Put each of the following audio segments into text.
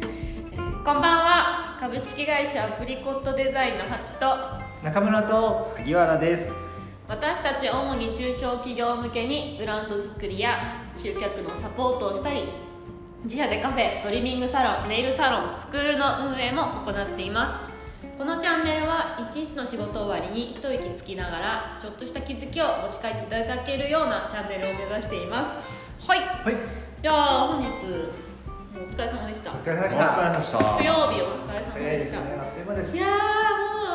こんばんは株式会社プリコットデザインのハチと中村と萩原です私たち主に中小企業向けにブランド作りや集客のサポートをしたり自社でカフェトリミングサロンネイルサロンスクールの運営も行っていますこのチャンネルは一日の仕事終わりに一息つきながらちょっとした気づきを持ち帰っていただけるようなチャンネルを目指していますはいはいじゃあ本日もうお疲れ様でしたお疲れ様でしお疲れた様でした木曜日お疲れ様でえーしすた、ねあっという間ですいや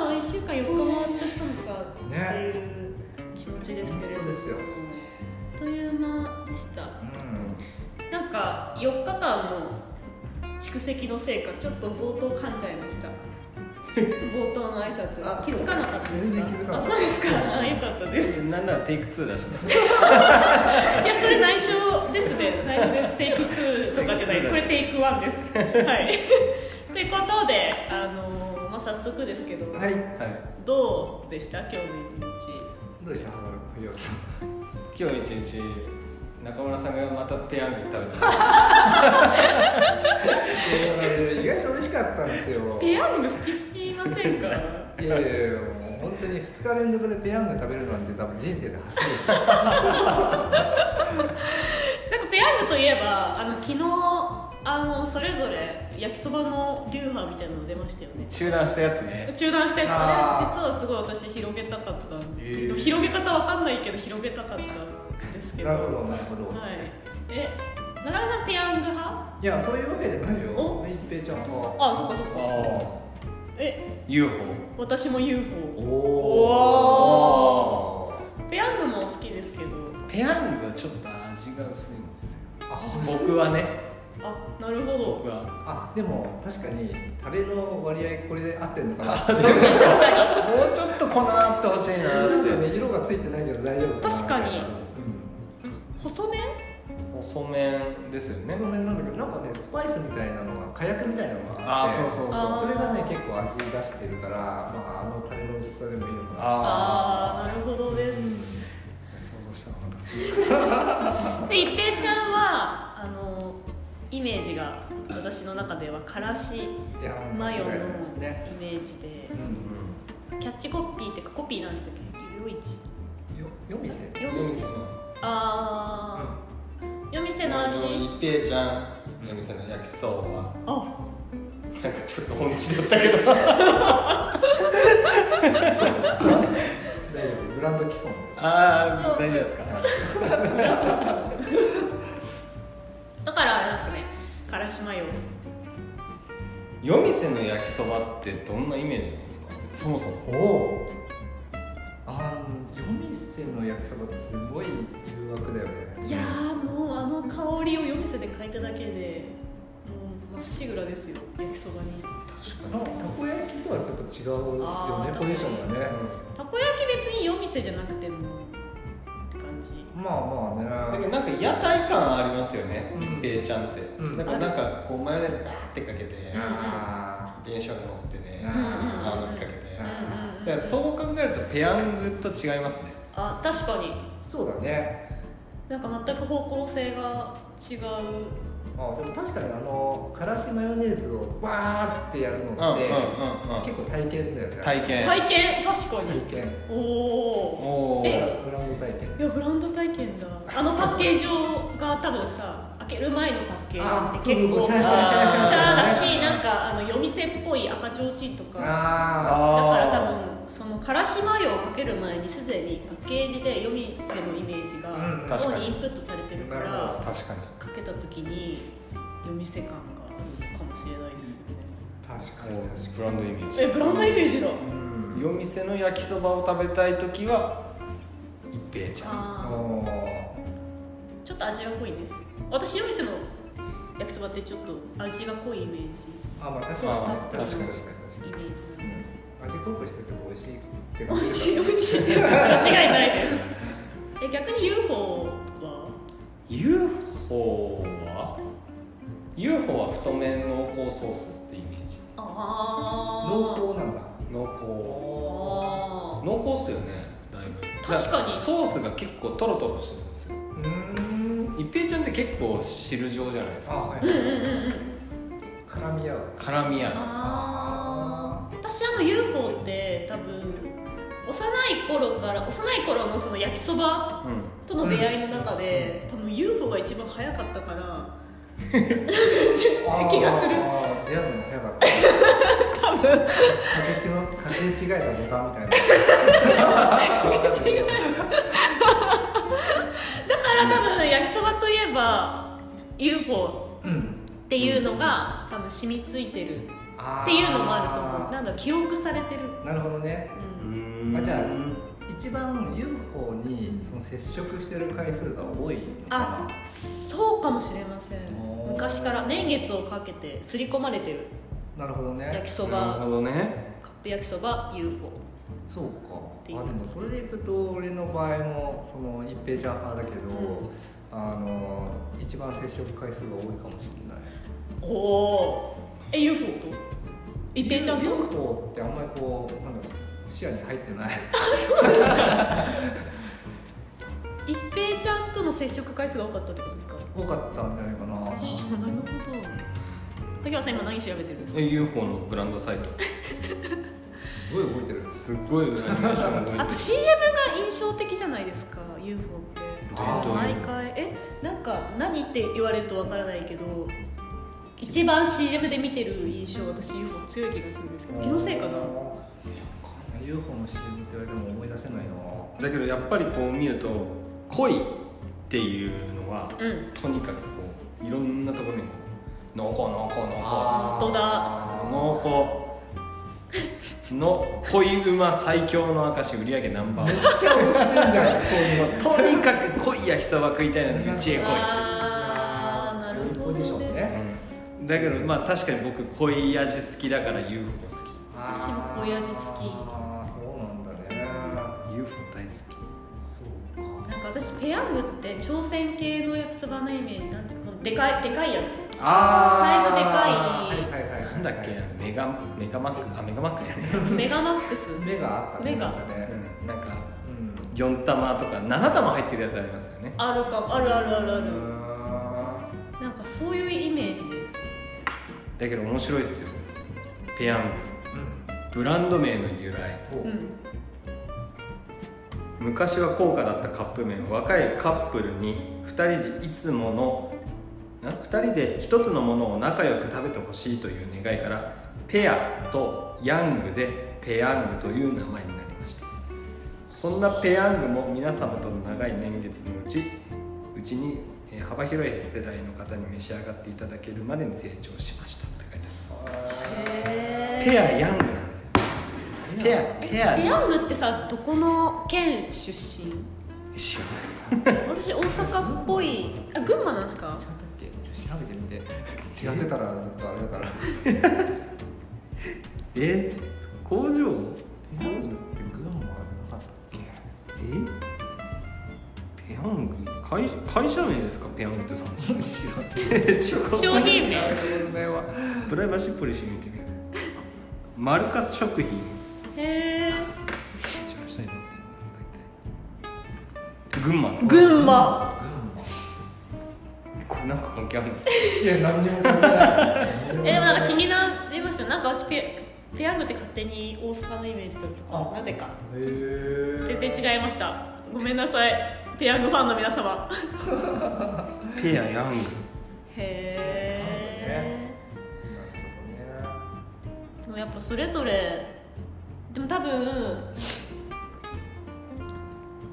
ーもう1週間4日回っちゃったのかっていう気持ちですけれどそうですよあっという間でしたうんなんか4日間の蓄積のせいかちょっと冒頭噛んじゃいました冒頭の挨拶あ気づかなかったですか全然気づかなかったあそうです かあよかったですなんならテイク2だしねいやそれ内緒ですね内緒ですテイク2とかじゃ ないこれテイク1ですはい ということであのーまあ早速ですけどはいはいどうでした今日の一日どうでした萩原さん今日一日中村さんがまたペヤング食べてそうなんです意外と美味しかったんですよペヤング好きすぎませんかいやいやいやもう本当に2日連続でペヤング食べるなんて多分人生で初ですなんかペヤングといえばあの昨日あのそれぞれ焼きそばの流派みたいなの出ましたよね中断したやつね中断したやつああれ実はすごい私広げたかったんですけど、えー広げ方わかんないけど広げたかったんですけどなるほどなるほど、はいえ中村さんペヤング派い、やそういうわけじゃないよお一平ちゃんはあそっかそっあかあえ UFO 私も UFO おーペヤングも好きですけどペヤングはちょっと味が薄いんですよあ僕はねあなるほど僕はあでも確かにタレの割合これで合ってんのかなそうそうそうもうちょっと粉あってほしいなってね色がついてないけど大丈夫確かにう細麺ん細麺ですよね細麺なんだけどなんかねスパイスみたいなのが火薬みたいなのがあああってそうそうあそうーそれがね結構味出してるから、まあ、あのタレの薄さでもいいのかなああなるほどです、ー想像したのなんかで一平ちゃんはあのイメージが私の中ではからしいやもうマ間違ヨのイいないですねメージでうんキャッチコピーってかコピーなんでしたっけ夜市よ夜店夜市あー夜店の味一平ちゃんの店の焼きそばあなんかちょっと本気だったけど大丈夫ブランド既存ああ大丈夫ですか だからあれなんですかねからしマヨ夜店の焼きそばってどんなイメージなんですかそもそもおおあー夜店の焼きそばってすごい誘惑だよねいやーもうあの香りを夜店で嗅いだだけでもうまっしぐらですよ焼きそばにあのたこ焼きとはちょっと違うよあーねポジションがね、たこ焼き別に夜店じゃなくてもって感じまあまあでねもなんか屋台感ありますよねうん一平ちゃんってうんなんかなんかこうマヨネーズバーってかけてんあ紅しょうが乗ってねうんハーブかけてうんだからそう考えるとペヤングと違いますねあ確かにーそうだねなんか全く方向性が違うあでも確かにあのからしマヨネーズをわーってやるうんうんのうっんて、うん結構体験だよね体験体験確か体に験おおおおえブランド体験いやブランド体験だあのパッケージをが多分さ開ける前のパッケージって結構あそうチャそうシャラーシャラシャラシャラシャラだしなんかあの夜店っぽい赤ちょうちんとかあだから多分そのからしマヨをかける前にすでにパッケージで夜店のイメージがうん確か脳ににインプットされてるかなるらほ確かにかけた時に夜店感があるのかもしれないですよねー確かにこ確うかブランドイメージえブランドイメージだにうん夜店の焼きそばを食べたい時は一平ちゃんあーおちょっと味が濃いね私夜店の焼きそばってちょっと味が濃いイメーーあまあ確かそうにスタ確かに確かに確ジイメージなんで味濃くしてても美味しいって美感じ味しい美味しい間違いないです え逆に UFO は UFO は UFO は太麺濃厚ソースってイメージあ濃厚なんだ濃あ厚濃厚っすよねだいぶ確かにソースが結構トロトロしてるんですようーん一平ちゃんって結構汁状じゃないですあかはいうんうんうんうん絡み合う絡み合うあー私あの UFO って多分幼い頃から幼い頃のその焼きそばとの出会いの中で、多分 UFO が一番早かったから 気がするあー出会うのも早かった 多分掛け違う掛け違えたボタンみたいな掛け違えだから多分焼きそばといえば UFO うんっていうのが多分染みついてるあーっていうのもあると思うなんだろう記憶されてる、なるほどねうんうんあじゃあ一番 UFO にその接触してる回数が多いのかあなそうかもしれませんおー昔から年月をかけて刷り込まれてるなるほど焼きねそなるばほどねカップ焼きそば UFO そうかあてでいうもそれでいくと俺の場合もその一平ちゃん派だけど、うんあの一番接触回数が多いかもしれないおおえ UFO と一平ちゃんと UFO ってあんまりこうなんだろう視野に入って ない一平ちゃんとの接触回数が多かったってことですか多かったんじゃないかなあーなるほど萩原さん今何調べてるんですかえ UFO のブランドサイトすごい動いてるすっごいアニメーションがあと CM が印象的じゃないですか UFO ってあー毎回えなんか何って言われるとわからないけど一番 CM で見てる印象私 UFO 強い気がするんですけど気のせいかなわかんない UFO の CM って言われても思い出せないなだけどやっぱりこう見ると恋っていうのはうんとにかくこういろんなところにこう濃厚濃厚濃あー本当厚だ濃厚の恋馬最強の証売り上げナンバーワンめっちゃ押してんじゃんとにかく濃い焼きそば食いたいなのに一へあーなるほどですそういうポジションね恋だけどまあ確かに僕濃い味好きだから UFO 好私もこういう味好きああそうなんだねき UFO 大好そうかなんか私ペヤングって朝鮮系の焼きそばのイメージなんていうかこのでかいでかいや つあサイズでかいはいはいはいきなんだっけなメガメガマックあメガマックじゃない、メガマックス目があったね目がなんかねうん、なんかうん4玉とか7玉入ってるやつありますよねあるかもあるあるあるあうるーんなんかそういうイメージですだけど面白いっすよペヤングブランド名の由来うんおうん昔は高価だったカップ麺若いカップルに2人でいつもの2人で1つのものを仲良く食べてほしいという願いからペアとヤングでペヤングという名前になりましたそんなペヤングも皆様との長い年月のうちうちにえー幅広い世代の方に召し上がっていただけるまでに成長しましたって書いてありまへすペアヤングなんですペアペアペヤングってさどこの県出身知らない私大阪っぽいあ群馬なんですか違ったっけちょっと調べてみて違ってたらずっとあれだ からえ工場ペヤングって群馬じゃな かったっけえペヤング会会社名ですかペヤングってその 知らん違う商品名へ問題はプライバシーポリシー見てみるマルカス食品え一番下に載ってるの大体群馬群馬これなんか関係あるんですかいや何にも関係ないえでもなんか気になりましたなんか私ペペヤングって勝手に大阪のイメージだったあなぜかへー全然違いましたごめんなさいペヤングファンの皆様ペヤヤングへえなるでもやっぱそれぞれでも多分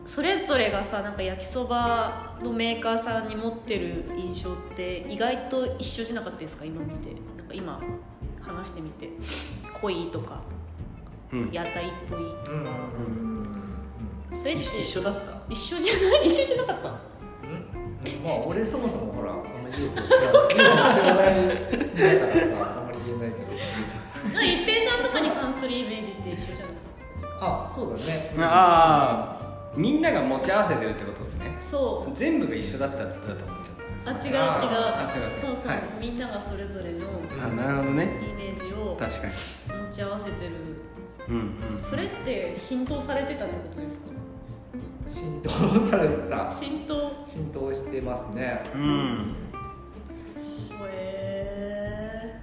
それぞれがさなんか焼きそばのメーカーさんに持ってる印象って意外と一緒じゃなかったですか今見てなんか今話してみて濃いとかうん屋台っぽいほとどねか、うんそれって一緒だった一緒じゃない一緒じゃなかったうんまあ俺そもそもほらあんまり UFO 知らない知らないだからさあんまり言えないけどなんか一平ちゃんとかに関するイメージって一緒じゃなかったですかあそうだねああみんなが持ち合わせてるってことですねそう全部が一緒だったんだと思っちゃったんですあ違う違うあーすいませんそうそう、はいみんながそれぞれのあなるほどねイメージを確かに持ち合わせてるうんうんそれって浸透されてたってことですか浸透された浸透浸透してますねうんへえ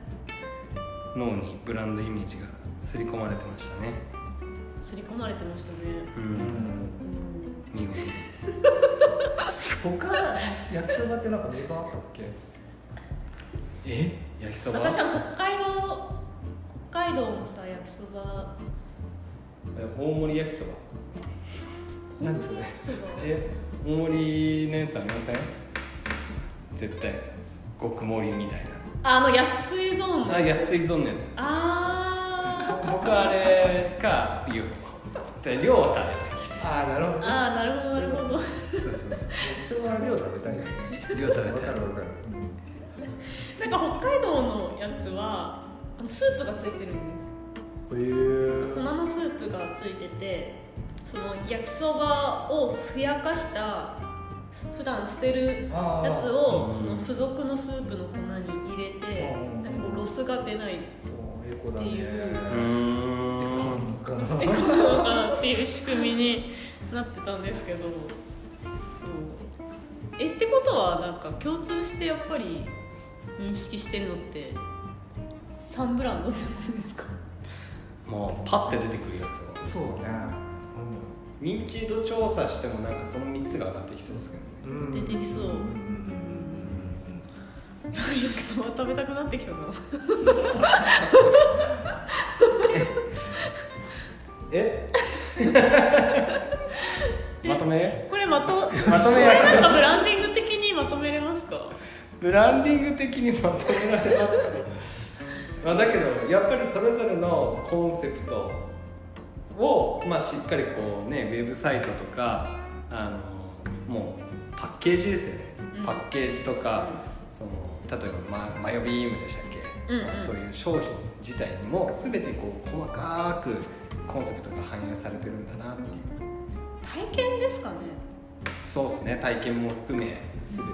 脳にブランドイメージが刷り込まれてましたね刷り込まれてましたねううんんうん見事他焼きそばってなんかメーカーあったっけえ焼きそば私は北海道北海道のさ焼きそばえ大盛り焼きそば何それ焼きそばえ大盛りのやつありません絶対極盛りみたいあの安いゾーンなのあ安いゾーンのやつあ僕はあれか量で量を食べああなるほーどねあーなるほどなるほどてそうそう焼そきそばは量食べたいよねう量食べわてかるわかるなんか北海道のやつはあのスープがついてるんへです粉えのスープがついててその焼きそばをふやかした普段捨てるああやつをあーその付属のスープの粉に入れてうんなんかこうロスが出ないそうエコだねっていううーんこのエコなのかなっていう仕組みになってたんですけどそうえってことはなんか共通してやっぱり認識してるのってサンブランドってことですかもうパッて出てくるやつはそうね認知度調査してもなんかその3つが上がってきそうですけどねうん出てきそうん焼きそば食べたくなってきた な えまとめこれまとまとめこやれつなんかブランディング的にまとめれますかブランディング的にまとめられますかねまあだけどやっぱりそれぞれのコンセプトを、まあ、しっかりこうねウェブサイトとかあのもうパッケージですよね、うんパッケージとかその例えばママヨビームでしたっけ、うんうんまあそういう商品自体にも全てこう細かくコンセプトが反映されてるんだなっていう体験ですかねそうですね体験も含め全て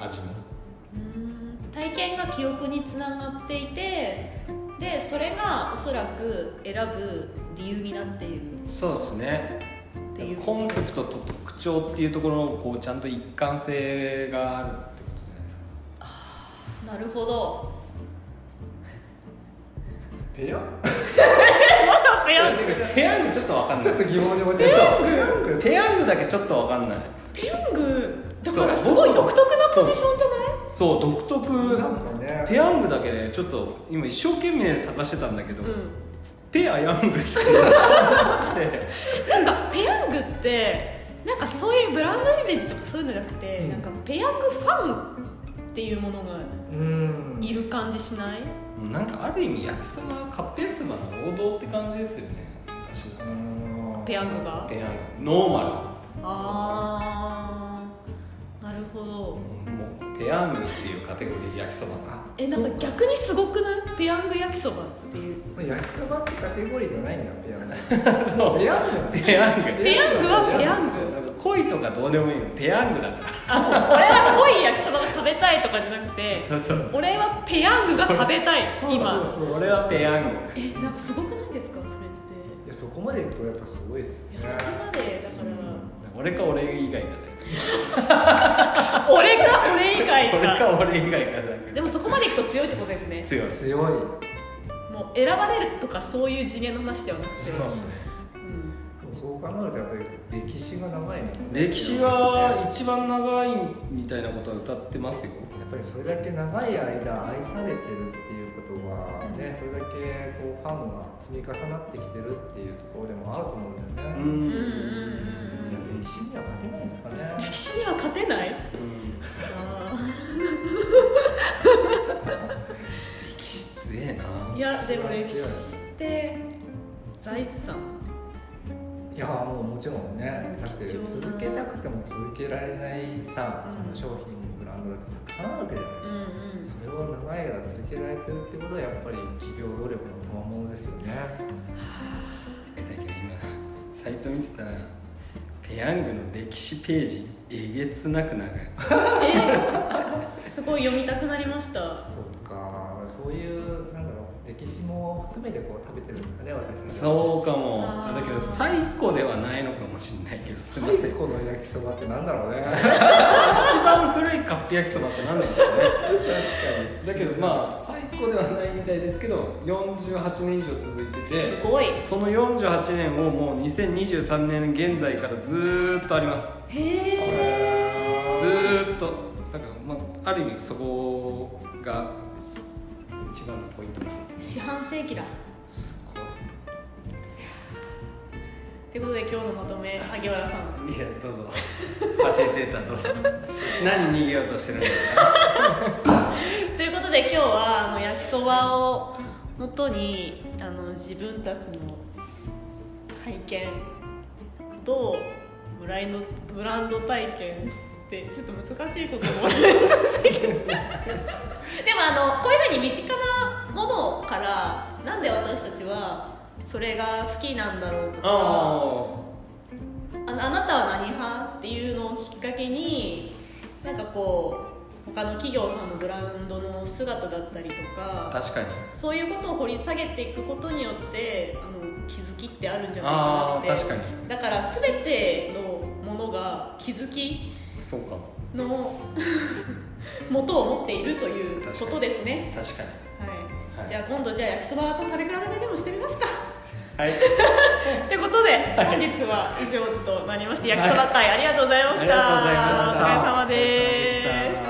味もうん体験が記憶につながっていてでそれがおそらく選ぶ理由になっているそうですねっていうコンセプトと特徴っていうところのこうちゃんと一貫性があるってことじゃないですかなるほど ペヤンペヤングペヤングちょっとわかんちないょっと疑問に思ってペヤングングペヤングだけちょっとわかんないペヤングだそかうらすごい独特なそうポジションじゃないそう独特なんかねペヤングだけねちょっと今一生懸命探してたんだけど、うペアヤング しかなくてんなんかペヤングってなんかそういうブランドイメージとかそういうのじゃなくて、うんなんかペヤングファンっていうものがうんいる感じしない、なんかある意味焼きそばカップ焼きそばの王道って感じですよね昔のうんペヤングがペヤングノーマルあーなるほどもうペヤングっていうカテゴリー焼きそばなえなんか逆にすごくないペヤング焼きそばっていうまあ焼きそばってカテゴリーじゃないんだペヤングペヤングなんだペヤングペヤングはペヤングなんか恋とかどうでもいいのペヤングだからあ俺は濃い焼きそばが食べたいとかじゃなくてそうそう俺はペヤングが食べたい そうそう今そう俺はペヤングえなんかすごくないですかそれっいやそこまでいくとやっぱすごいですていよやそこねまでだか俺か俺以外がだよら俺か俺以外俺かか俺以外がだけでもそこまでいくと強いってことですねど強い強いもう選ばれるとかそういう次元の話ではなくてそうそううんでもそう考えるとやっぱり歴史が長いのね歴史は一番長いみたいなことは歌ってますよやっぱりそれだけ長い間愛されてるっていうことはねそれだけこうファンが積み重なってきてるっていうところでもあると思うんだよううね、いやんんうんうんうん歴史には勝てないですかね歴史には勝てないうんあ歴史強えなーいやでも歴史って財産いやもうもちろんねだって貴重な続けたくても続けられないさうんその商品ブランドだってたくさんあるわけじゃないでうすんか、うんそれを長い間続けられてるってことはやっぱり企業努力の賜物ですよねえだけど今サイト見てたらペヤングの歴史ページえげつなく長いえすごい読みたくなりましたそうかそういうなんだろう歴史も含めてこう食べてるんですかね私たちはそうかもあーだけど最古ではないのかもしれないけどすいません最古の焼きそばってなんだろうね一番古いカップ焼きそばって何なんですかね確かだけどまあ最高ではないみたいですけど48年以上続いてすてごいその48年をもう2023年現在からずーっとありますへずーっとだから、まあ、ある意味そこが一番のポイントなんでえ四半世紀だすごということで今日のまとめ萩原さんいいやどうぞ 教えてたどうぞ何逃げようとしてるんですか ということで今日はあの焼きそばをもとにあの自分たちの体験とブランドブランド体験してちょっと難しいこともあるんですけどでも あのこういうふうに身近なものからなんで私たちはそれが好きなんだろうとかああのあなたは何派っていうのをきっかけになんかこう他の企業さんのブランドの姿だったりとあか確かにそういうことを掘り下げていくことによってあの気づきってあるんじゃないああかなっ確かてにだから全てのものが気づきそうかもの 元を持っているということですね。確かにはいはいじゃあ今度じゃあ焼きそばと食べ比べでもしてみますか。は いってことで本日は以上となりまして焼きそば会ありがとうございました。ありがとうございましたお疲れ様です。